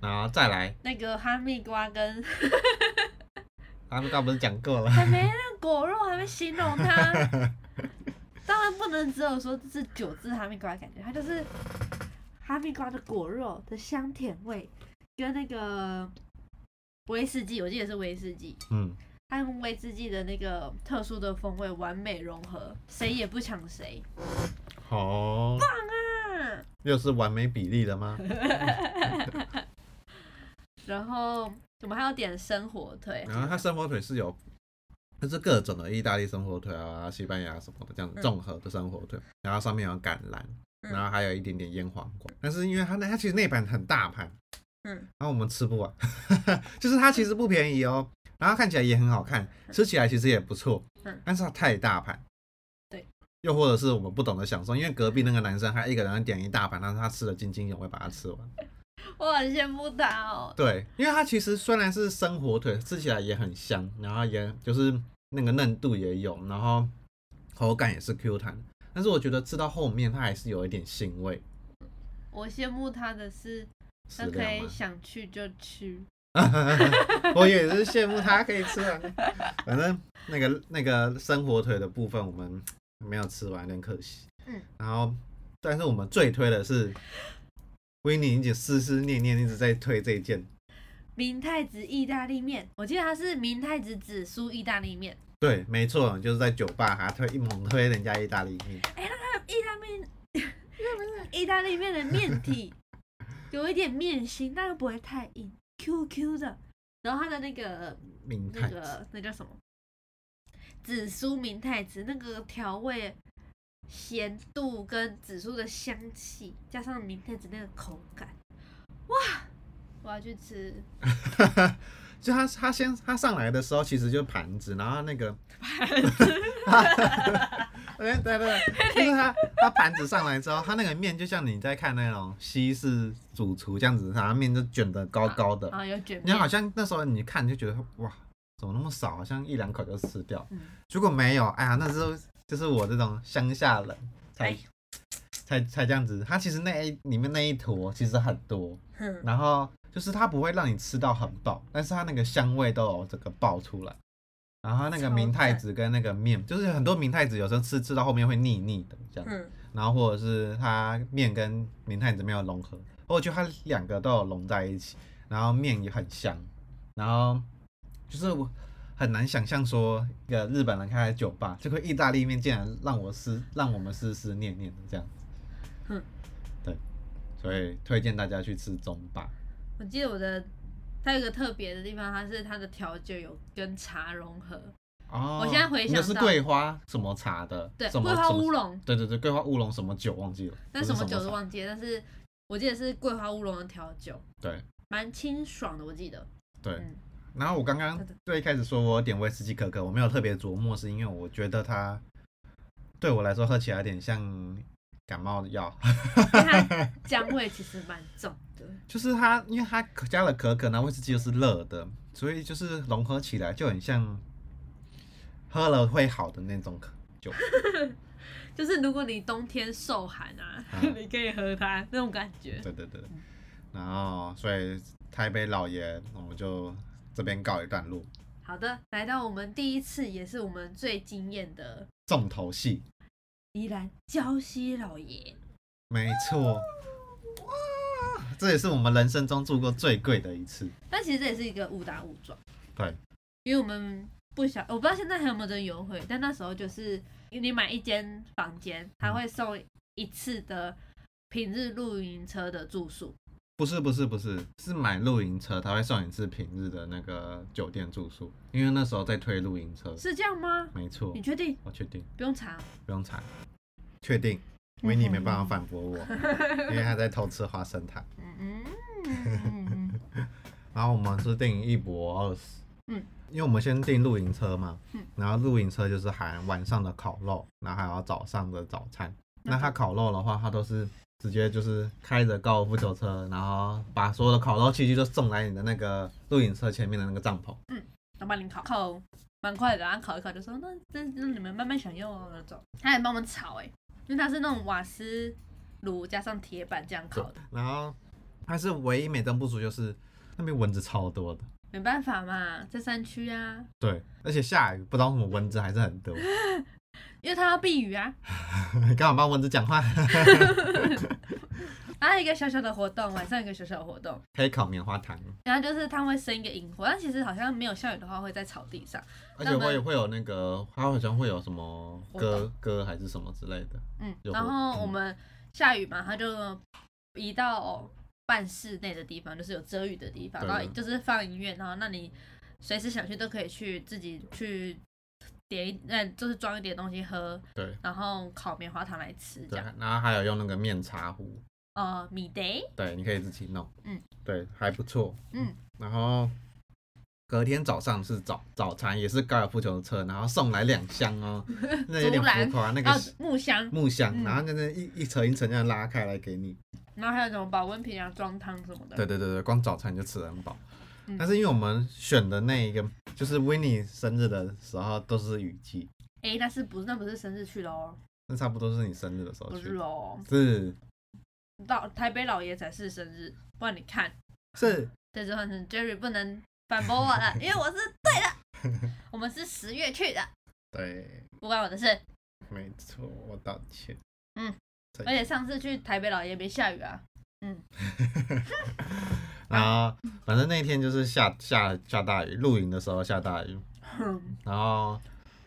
S1: 然后再来，
S2: 那个哈密瓜跟？
S1: 他们刚不是讲过了
S2: 还没那果肉，还没形容它。 当然不能只有说这是九字哈密瓜的感觉，它就是哈密瓜的果肉的香甜味，跟那个威士忌，我记得是威士忌，
S1: 嗯，
S2: 它跟威士忌的那个特殊的风味完美融合，谁也不抢谁。
S1: 好，
S2: 嗯，
S1: 哦又是完美比例了吗？
S2: 然后我们还要点生火腿，
S1: 然后它生火腿是有就是各种的意大利生火腿啊、西班牙什么的这样子
S2: 嗯
S1: 综合的生火腿，然后上面有橄榄，
S2: 嗯
S1: 然后还有一点点腌黄瓜。但是因为它那它其实那盘很大盘，
S2: 嗯，
S1: 然后我们吃不完， 就是它其实不便宜哦，然后看起来也很好看，吃起来其实也不错
S2: 嗯，
S1: 但是它太大盘。
S2: 对。
S1: 又或者是我们不懂得享受，因为隔壁那个男生他一个人点一大盘，但是他吃的津津有味，把它吃完。
S2: 我很羡慕他哦。
S1: 对，因为它其实虽然是生火腿，吃起来也很香，然后也就是那个嫩度也有，然后口感也是 Q 弹的，但是我觉得吃到后面它还是有一点腥味。
S2: 我羡慕他的是，他
S1: 食
S2: 可
S1: 量
S2: 以
S1: 嘛，
S2: 想去就去。
S1: 我也是羡慕他可以吃完。反正那个那个生火腿的部分我们没有吃完，有点可惜。
S2: 嗯，
S1: 然后但是我们最推的是。维尼已经思思念念一直在推这一件，
S2: 明太子意大利面，我记得它是明太子紫苏意大利面。
S1: 对，没错，就是在酒吧还推一猛推人家意大利面，
S2: 意大利面，意大利面的面体 有一点面心，但又不会太硬，Q Q 的。然后它的那个
S1: 明
S2: 那
S1: 太子。
S2: 个那叫什么紫苏明太子，那个调味咸度跟紫苏的香气，加上明太子那个口感，哇！我要去吃
S1: 就他他先他上来的时候，其实就盘子，然后那 个盘子， 对对对，就是他他盘子上来之后，他那个面就像你在看那种西式主厨这样子，他面就卷得高高的，
S2: 啊，有卷
S1: 你
S2: 面
S1: 好，像那时候你看你就觉得哇，怎么那么少，好像一两口就吃掉，
S2: 嗯
S1: 结果没有，哎呀，那时候就是我这种乡下人才
S2: 哎
S1: 才才这样子，他其实那一里面那一坨其实很多，
S2: 哼
S1: 然后就是它不会让你吃到很爆，但是它那个香味都有整个爆出来。然后那个
S2: 超
S1: 明太
S2: 赞
S1: 子跟那个面，就是很多明太子有时候吃吃到后面会腻腻的这样，
S2: 哼，
S1: 然后或者是它面跟明太子没有融合，我觉得它两个都有融在一起，然后面也很香，然后就是我很难想象说一个日本人开的酒吧，这个意大利面竟然让我思让我们思思念念的这样子，
S2: 嗯，
S1: 对，所以推荐大家去吃中吧。
S2: 我记得我的它有一个特别的地方，它是它的调酒有跟茶融合，
S1: 哦，
S2: 我现在回想到
S1: 你是桂花什么茶的？
S2: 对，
S1: 什么
S2: 桂花
S1: 什么
S2: 乌龙，
S1: 对对对，桂花乌龙什么酒忘记了，
S2: 但
S1: 不是
S2: 什
S1: 什
S2: 么酒
S1: 是
S2: 都忘记了，但是我记得是桂花乌龙的调酒，
S1: 对
S2: 蛮清爽的，我记得，
S1: 对、
S2: 嗯
S1: 然后我刚刚
S2: 对对
S1: 最一开始说我有点威士忌可可，我没有特别琢磨，是因为我觉得它对我来说喝起来有点像感冒药，
S2: 因为它姜味其实蛮重的，
S1: 就是它因为它加了可可，那威士忌又是热的，所以就是融合起来就很像喝了会好的那种可酒。
S2: 就是如果你冬天受寒啊，
S1: 嗯
S2: 你可以喝它那种感觉。
S1: 对对对，然后所以台北老爷我们就这边告一段落，
S2: 好的，来到我们第一次，也是我们最惊艳的
S1: 重头戏，
S2: 宜兰礁溪老爷，
S1: 没错，哇，这也是我们人生中住过最贵的一次，
S2: 但其实这也是一个误打误撞。
S1: 对，
S2: 因为我们不晓，我不知道现在还有没有这个优惠，但那时候就是你买一间房间，他会送一次的平日露营车的住宿，
S1: 不是不是不是，是买露营车，他会送你一次平日的那个酒店住宿，因为那时候在推露营车，
S2: 是这样吗？
S1: 没错
S2: 你，确定？
S1: 我确定，
S2: 不用查。
S1: 不用查，确定。维尼没办法反驳我，因为他在偷吃花生糖。
S2: 嗯嗯，
S1: 然后我们是订一博二十，
S2: 嗯，
S1: 因为我们先订露营车嘛，
S2: 嗯，
S1: 然后露营车就是含晚上的烤肉，然后还有早上的早餐。
S2: 那
S1: 那它烤肉的话，它都是直接就是开着高尔夫球车，然后把所有的烤肉器具都送来你的那个露营车前面的那个帐篷。
S2: 老板你烤烤蛮快的，然后啊烤一烤就说那这那你们慢慢享用哦那种。他还帮我们炒哎、因为它是那种瓦斯炉加上铁板这样烤的，
S1: 然后，但是唯一美中不足就是那边蚊子超多的，
S2: 没办法嘛，在山区啊，
S1: 对，而且下雨不知道为什么蚊子还是很多。
S2: 因为它要避雨啊。
S1: 干嘛帮蚊子讲话？
S2: 然啊后一个小小的活动，晚上一个小小的活动，
S1: 可以烤棉花糖，
S2: 然后就是他们会生一个萤火，但其实好像没有下雨的话会在草地上，
S1: 而
S2: 那
S1: 且
S2: 我们
S1: 会会有那个，它好像会有什么
S2: 活
S1: 歌歌还是什么之类的，
S2: 嗯，
S1: 有
S2: 然
S1: 活
S2: 后
S1: 嗯
S2: 我们下雨嘛，他就移到办室内的地方，就是有遮雨的地方，
S1: 对
S2: 然后
S1: 对
S2: 就是放音乐，然后那你随时想去都可以去自己去点一呃，就是装一点东西喝，
S1: 对
S2: 然后烤棉花糖来吃这
S1: 对
S2: 样。，
S1: 然后还有用那个面茶壶，
S2: 呃，米德，
S1: 对，你可以自己弄，
S2: 嗯，
S1: 对，还不错，
S2: 嗯，
S1: 然后隔天早上是早早餐，也是高尔夫球车，然后送来两箱哦，那有点
S2: 竹篮
S1: 浮夸，那个
S2: 啊，木箱，
S1: 木箱，
S2: 嗯
S1: 然后那那一一层一层这样拉开来给你，
S2: 然后还有什么保温瓶啊、装汤什么的。
S1: 对对对对，光早餐就吃得很饱
S2: 嗯。
S1: 但是因为我们选的那一个，就是 w i n n i e 生日的时候都是雨季，
S2: 哎，那是不是那不是生日去的哦？
S1: 那差不多是你生日的时候
S2: 不
S1: 去
S2: 是
S1: 的，
S2: 哦，
S1: 是
S2: 老台北老爷才是生日，不然你看。
S1: 是，
S2: 这就换成 Jerry 不能反驳我了，因为我是 对的。我们是十月去的，
S1: 对，
S2: 不关我的事。
S1: 没错，我道歉。
S2: 而且上次去台北老爷没下 雨啊，
S1: 然后反正那天就是下下下大雨，露营的时候下大雨，
S2: 哼
S1: 然后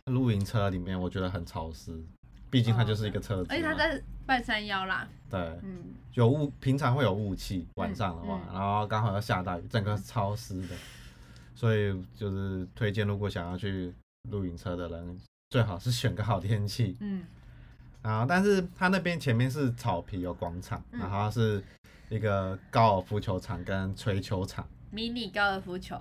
S1: 露营车里面我觉得很潮湿，毕竟它就是一个车子嘛，
S2: 而且他在半山腰啦，
S1: 对
S2: 嗯，
S1: 有雾，平常会有雾气，晚上的话，
S2: 嗯
S1: 然后刚好要下大雨，整个超湿的，所以就是推荐如果想要去露营车的人，最好是选个好天气。
S2: 嗯，
S1: 然后，但是它那边前面是草皮有广场，
S2: 嗯
S1: 然后是一个高尔夫球场跟锤球场，
S2: 迷你高尔夫球。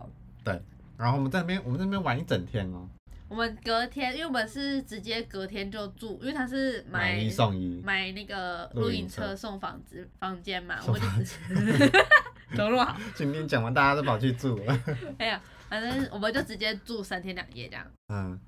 S1: 然后我们在那边我们在那边玩一整天哦，
S2: 我们隔天，因为我们是直接隔天就住，因为他是
S1: 买
S2: 买
S1: 一送一，
S2: 买那个
S1: 露
S2: 露
S1: 营
S2: 营
S1: 车
S2: 车送房子房间 嘛，我
S1: 送
S2: 们就直接 走路好，
S1: 今天讲完大家都跑去住了，
S2: 哎呀，反正我们就直接住三天两夜这样。
S1: 嗯，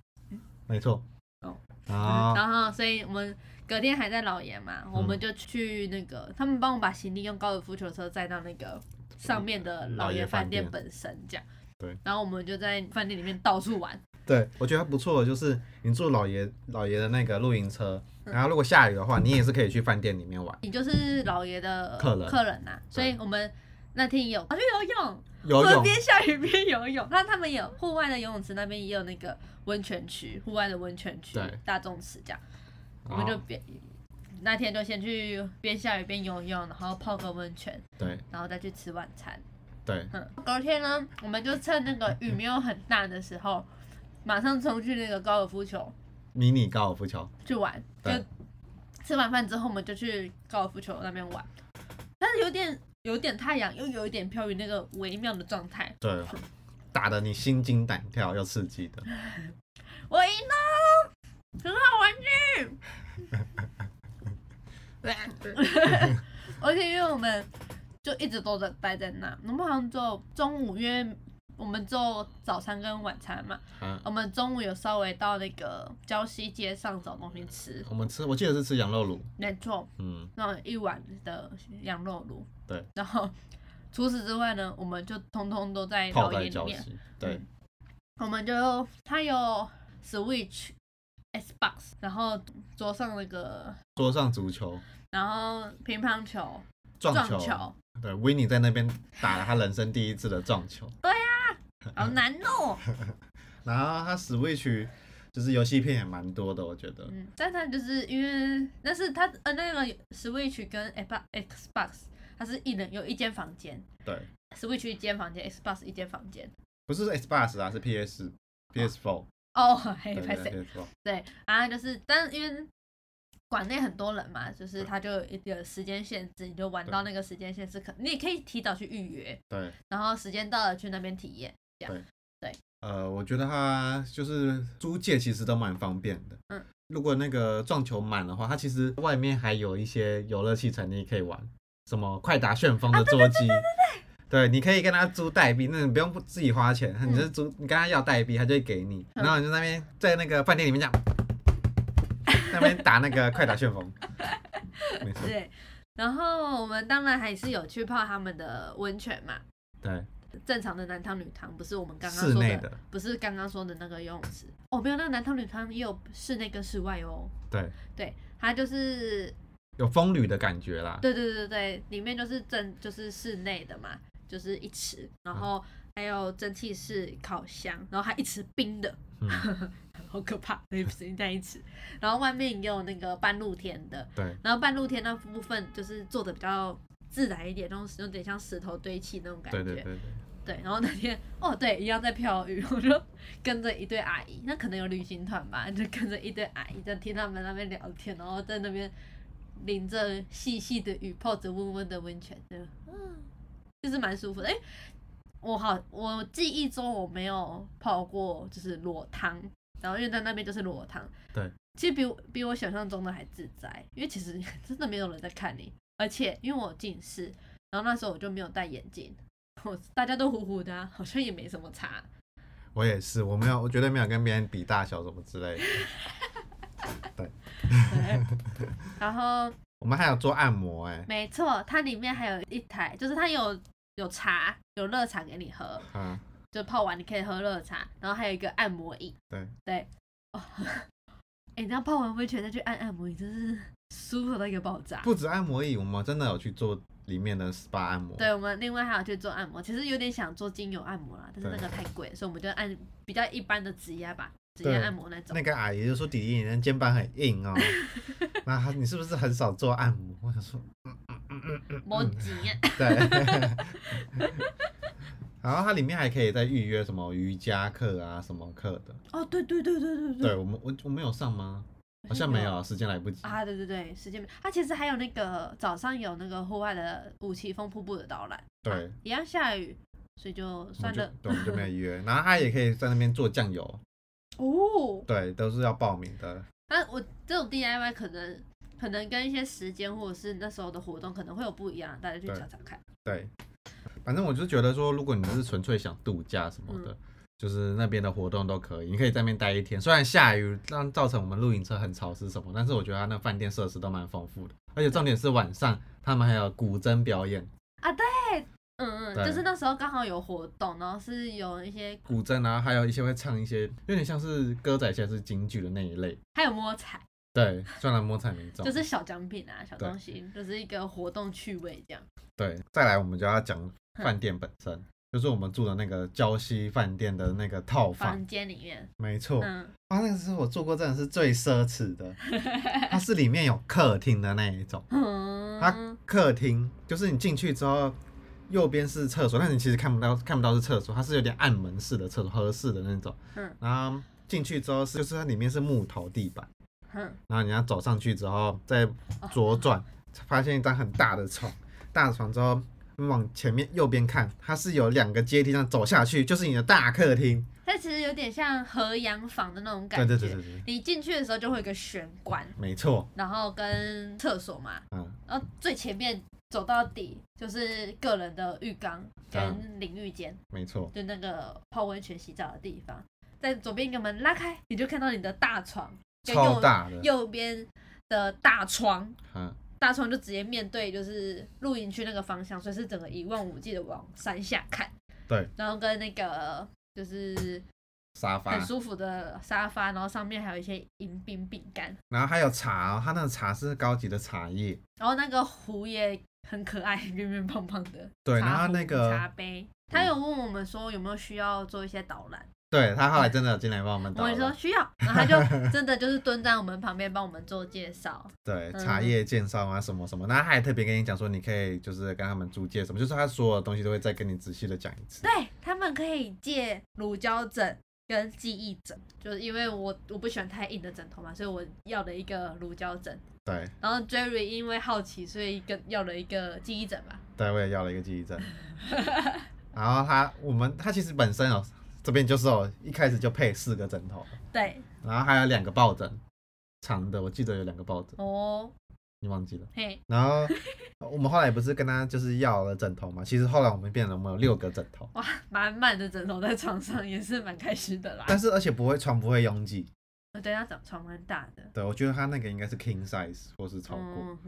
S1: 没错，啊
S2: 哦
S1: 然后
S2: 然后，所以我们隔天还在老爷嘛，我们就去那个，他们帮我把行李用高尔夫球车载到那个上面的老爷饭店本身这样。
S1: 对。
S2: 然后我们就在饭店里面到处玩，
S1: 对，我觉得不错，的就是你住老爷老爷的那个露营车，
S2: 嗯
S1: 然后如果下雨的话，你也是可以去饭店里面玩
S2: 你就是老爷的
S1: 客人
S2: 客人呐、所以我们那天也有跑去游泳，
S1: 游
S2: 我们
S1: 泳。
S2: 嗯边下雨边游泳。那他们有户外的游泳池，那边也有那个温泉区，户外的温泉区
S1: 对、哦
S2: 大众池这样。我
S1: 然
S2: 们
S1: 后
S2: 就边那天就先去边下雨边游泳，然后泡个温泉，
S1: 对
S2: 然后再去吃晚餐。
S1: 对，
S2: 嗯，隔天呢，我们就趁那个雨没有很大的时候，马上冲去那个高尔夫球
S1: 迷你高尔夫球，
S2: 去玩。就
S1: 对
S2: 吃完饭之后，我们就去高尔夫球那边玩，但是有点有点太阳，又有一点飘雨，那个微妙的状态。
S1: 对，啊打得你心惊胆跳又刺激的。
S2: 我赢了，很好玩呢。对啊， 而且因为我们就一直都在待在那，我们好像只有中午，因为我们只有早餐跟晚餐嘛，
S1: 嗯，
S2: 我们中午有稍微到那个礁溪街上找东西吃，
S1: 我们吃，我记得是吃羊肉卤，
S2: 没错，
S1: 嗯，
S2: 那一碗的羊肉炉。
S1: 对，
S2: 然后除此之外呢，我们就通通都在
S1: 泡
S2: 老
S1: 在
S2: 爷里
S1: 礁
S2: 面，
S1: 溪，对
S2: 嗯，我们就它有 Switch、Xbox，然后桌上那个，
S1: 桌上足球、
S2: 然后乒乓球、
S1: 撞
S2: 撞
S1: 球，
S2: 球，
S1: 对，维尼在那边打了他人生第一次的撞球，
S2: 好难 哦。
S1: 然后他 Switch 就是游戏片也蛮多的，我觉得，
S2: 嗯，但它就是因为那是它呃那个 Switch 跟 Xbox- Xbox，它是一人有一间房间。
S1: 对，
S2: Switch 一间房间，Xbox 一间房间。
S1: 不是 Xbox 啊，是 PS PS Four，
S2: 哦，嘿，
S1: 对
S2: 拍
S1: 对
S2: 谁？
S1: PS Four，
S2: 对，然后就是，但是因为馆内很多人嘛，就是它就有一个时间限制，你就玩到那个时间限制，可你也可以提早去预约，
S1: 对。
S2: 然后时间到了去那边体验。
S1: 呃，我觉得它就是租借其实都蛮方便的。
S2: 嗯，
S1: 如果那个撞球满的话，它其实外面还有一些游乐器材你可以玩，什么快打旋风
S2: 啊
S1: 的桌机。对对你可以跟他租代币，那你不用自己花钱，你就是租，你跟他要代币，他就会给你，
S2: 嗯
S1: 然后你就在那边在那个饭店里面这样，在那边打那个快打旋风，没错，
S2: 对，然后我们当然还是有去泡他们的温泉嘛，
S1: 对，
S2: 正常的男汤女汤，不是我们 刚刚
S1: 室
S2: 说
S1: 内
S2: 的，
S1: 的，
S2: 不是刚刚说的那个游泳池。哦，没有，那个男汤女汤也有室内跟室外哦。
S1: 对，
S2: 对，它就是
S1: 有风旅的感觉啦，
S2: 对对对对，里面就是蒸，就是室内的嘛，就是一池，
S1: 嗯
S2: 然后还有蒸汽室、烤箱，然后还一池冰的，
S1: 嗯
S2: 好可怕，那不是在一池。然后外面也有那个半露天的，
S1: 对，
S2: 然后半露天那部分就是做的比较自然一点，那种有点像石头堆砌那种感觉。
S1: 对对对对，
S2: 对对，然后那天哦对，一样在飘雨，我就跟着一对阿姨，那可能有旅行团吧，就跟着一对阿姨在听他们那边聊天，然后在那边淋着细细的雨，泡着温温的温泉，就嗯，就是蛮舒服的。哎，我好，我记忆中我没有泡过就是裸汤，然后因为在那边就是裸汤，
S1: 对，
S2: 其实比我比我想象中的还自在，因为其实 真的没有人在看你，而且因为我近视，然后那时候我就没有戴眼镜，我 大家都糊糊的、啊，好像也没什 么差。
S1: 我也是，我没有，我绝对没有跟别人比大小什么之类的。
S2: 对然后
S1: 我们还有做按摩哎、
S2: 没错，它里面还有一台，就是它有有茶，有热茶给你喝，
S1: 嗯，
S2: 就泡完你可以喝热茶，然后还有一个按摩椅。
S1: 对
S2: 对， 哦，哎、你知道泡完温泉再去按按摩椅，真是舒服到一个爆炸。
S1: 不止按摩椅，我们真的有去做里面的 SPA 按摩。
S2: 对，我们另外还有去做按摩，其实有点想做精油按摩啦，但是那个太贵，所以我们就按比较一般的指压吧，指压
S1: 对
S2: 按摩那种。
S1: 那个阿姨就说：“弟弟，你的肩膀很硬哦，那她你是不是很少做按摩？”我想说，嗯
S2: 摩吉呀，
S1: 对。然后它里面还可以再预约什么瑜伽课啊，什么课的。
S2: 哦，对对对对对
S1: 对我们，我我们有上吗？好像没有啊，时间来不及。
S2: 啊，对对对，时间没。它其实还有那个呃早上有那个户外的五旗峰瀑布的导览，
S1: 对，
S2: 一样下雨，所以就
S1: 我们
S2: 算
S1: 就
S2: 了。
S1: 对，我们就没约。然后他也可以在那边做酱油，
S2: 哦，
S1: 对，都是要报名的。
S2: 但我这种 DIY 可能可能跟一些时间或者是那时候的活动可能会有不一样，大家去
S1: 对
S2: 查查看。
S1: 对，反正我就觉得说，如果你是纯粹想度假什么
S2: 嗯
S1: 的，就是那边的活动都可以，你可以在那边待一天。虽然下雨让造成我们露营车很潮湿什么，但是我觉得他那饭店设施都蛮丰富的，而且重点是晚上他们还有古筝表演，
S2: 嗯嗯，
S1: 对
S2: 就是那时候刚好有活动，然后是有一些
S1: 古筝，然后还有一些会唱一些有点像是歌仔戏还是京剧的那一类。
S2: 还有摸彩，
S1: 对，虽然摸彩没中，
S2: 就是小奖品啊，小
S1: 对
S2: 东西，就是一个活动趣味这样。
S1: 对，再来我们就要讲饭店本身，就是我们住的那个礁溪饭店的那个套房，
S2: 房间里面，
S1: 没错。
S2: 嗯，
S1: 啊，那个是我住过真的是最奢侈的，它是里面有客厅的那一种，它
S2: 嗯，
S1: 客厅就是你进去之后，右边是厕所，但你其实看不到看不到是厕所，它是有点暗门式的厕所，合适的那种。
S2: 嗯
S1: 然后进去之后是就是它里面是木头地板，
S2: 嗯，
S1: 然后你要走上去之后再左
S2: 哦
S1: 转，发现一张很大的床，大的床之后你往前面右边看，它是有两个阶梯这样走下去，就是你的大客厅。
S2: 它其实有点像合洋房的那种感
S1: 对
S2: 觉。
S1: 对对对对，
S2: 你进去的时候就会有一个玄关，
S1: 没错，
S2: 然后跟厕所嘛，
S1: 嗯。
S2: 然后最前面走到底就是个人的浴缸跟淋浴间，
S1: 没错，
S2: 就那个泡温泉洗澡的地方。在左边一个门拉开，你就看到你的大床，跟
S1: 超
S2: 右
S1: 大的，
S2: 右边的大床，
S1: 嗯，
S2: 大窗就直接面对就是露营区那个方向，所以是整个一望无际的往山下看。
S1: 对，
S2: 然后跟那个就是
S1: 沙发
S2: 很，舒服的沙发，然后上面还有一些迎宾饼干，
S1: 然后还有茶、哦，它那个茶是高级的茶叶，
S2: 然后那个壶也很可爱， 圆圆胖胖的。
S1: 对，
S2: 茶
S1: 然后
S2: 壶
S1: 那个
S2: 茶，杯，他有问我们说有没有需要做一些导览，
S1: 对他后来真的有进来帮我们
S2: 我
S1: 倒
S2: 们说
S1: 了，
S2: 需要，然后他就真的就是蹲在我们旁边帮我们做介绍。
S1: 对，
S2: 嗯
S1: 茶叶介绍啊什么什么，然后他还特别跟你讲说，你可以就是跟他们租借什么，就是他所有的东西都会再跟你仔细的讲一次，
S2: 对他们可以借乳胶枕跟记忆枕，就是因为我我不喜欢太硬的枕头嘛，所以我要了一个乳胶枕。
S1: 对，
S2: 然后 Jerry 因为好奇，所以跟要了一个记忆枕吧。
S1: 对，我也要了一个记 忆证，然后他我们他其实本身哦，这边就是哦，一开始就配四个枕头，
S2: 对，
S1: 然后还有两个抱枕，长的我记得有两个抱枕，
S2: 哦，
S1: 你忘记了？
S2: 嘿，
S1: 然后我们后来不是跟他就是要了枕头嘛？其实后来我们变成我们有六个枕头，
S2: 哇，满满的枕头在床上也是蛮开心的啦。
S1: 但是而且不会床不会拥挤。
S2: 我对，他床床蛮大的，
S1: 对，我觉得他那个应该是 king size 或是超过。
S2: 嗯，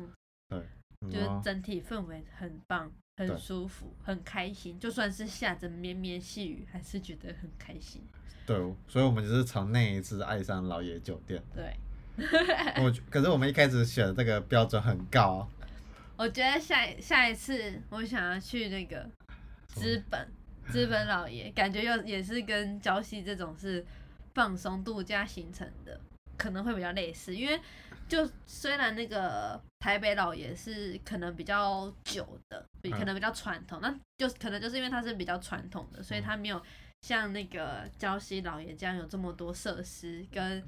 S2: 哼
S1: 嗯
S2: 就是
S1: 哦
S2: 整体氛围很棒，
S1: 对
S2: 很舒服，很开心。就算是下着绵绵细雨，还是觉得很开心。
S1: 对，所以我们就是从那一次爱上老爷酒 店。
S2: 对，
S1: 我觉可是我们一开始选的这个标准很高，啊
S2: 我觉得下一下一次我想要去那个资本， 资本老爷，感觉又也是跟礁溪这种是放松度假行程的，可能会比较类似，因为就虽然那个台北老爷是可能比较久的，比
S1: 嗯
S2: 可能比较传统，那就可能就是因为它是比较传统的，所以它没有像那个礁溪老爷这样有这么多设施跟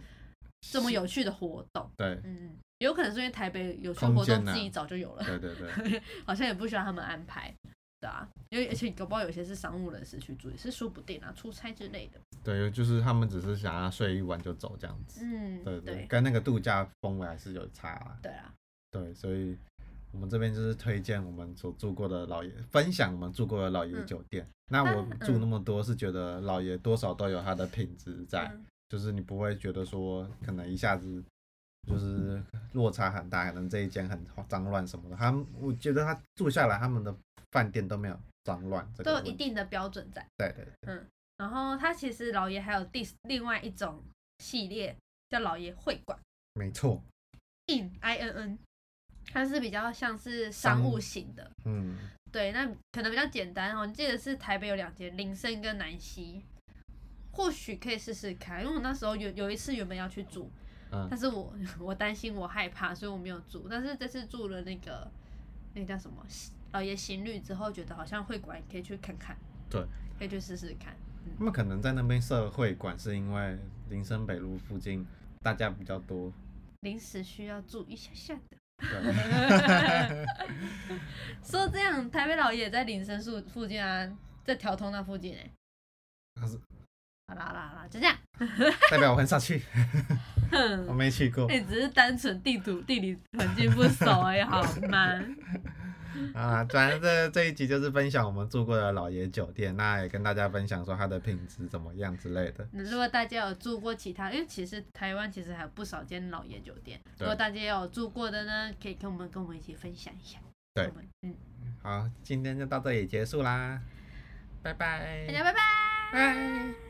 S2: 这么有趣的活动。
S1: 对
S2: 嗯，有可能是因为台北有些
S1: 空
S2: 活动
S1: 间啊
S2: 自己早就有了，
S1: 对对对，
S2: 好像也不需要他们安排，对啊，因为而且搞不好有些是商务人士去住，也是说不定啊，出差之类的。
S1: 对，就是他们只是想要睡一晚就走这样子。
S2: 嗯，
S1: 对对，
S2: 对
S1: 跟那个度假氛围还是有差啦。
S2: 对啊，
S1: 对，所以我们这边就是推荐我们所住过的老爷，分享我们住过的老爷
S2: 嗯
S1: 酒店。那
S2: 那嗯
S1: 我住那么多，是觉得老爷多少都有它的品质在，
S2: 嗯
S1: 就是你不会觉得说可能一下子就是落差很大，可能这一间很脏乱什么的。他们我觉得他住下来，他们的饭店都没有脏乱这
S2: 都
S1: 个
S2: 有
S1: 问题。
S2: 一定的标准在。
S1: 对对对，
S2: 然后它其实老爷还有第另外一种系列叫老爷会馆
S1: 没错，
S2: ，in i n n，它是比较像是
S1: 商
S2: 商
S1: 务
S2: 务型的。
S1: 嗯，
S2: 对，那可能比较简单哦。记得是台北有两间，林森跟南溪，或许可以试试看。因为我那时候有有一次原本要去住，
S1: 嗯
S2: 但是我 我担心我害怕，所以我没有住。但是这次住了那个那个叫什么老爷行旅之后，觉得好像会馆也可以去看看，
S1: 对，
S2: 可以去试试看。
S1: 他们可能在那边设会馆，是因为林森北路附近大家比较多，
S2: 临时需要住一下下的。
S1: 对，
S2: 说这样，台北老爷也在林森树附近啊，在条通那附近哎、
S1: 但是
S2: 好啦好啦好啦，就这样。
S1: 代表我很少去，我没去过
S2: 哎、只是单纯地图地理环境不熟而已，好吗？
S1: 啊。反正这这一集就是分享我们住过的老爷酒店，那也跟大家分享说它的品质怎么样之类的。
S2: 如果大家有住过其他，因为其实台湾其实还有不少间老爷酒店，
S1: 对
S2: 如果大家有住过的呢，可以跟我们跟我们一起分享一下。
S1: 对
S2: 我们，嗯，
S1: 好，今天就到这里结束啦，拜拜，
S2: 大家拜拜。
S1: 拜。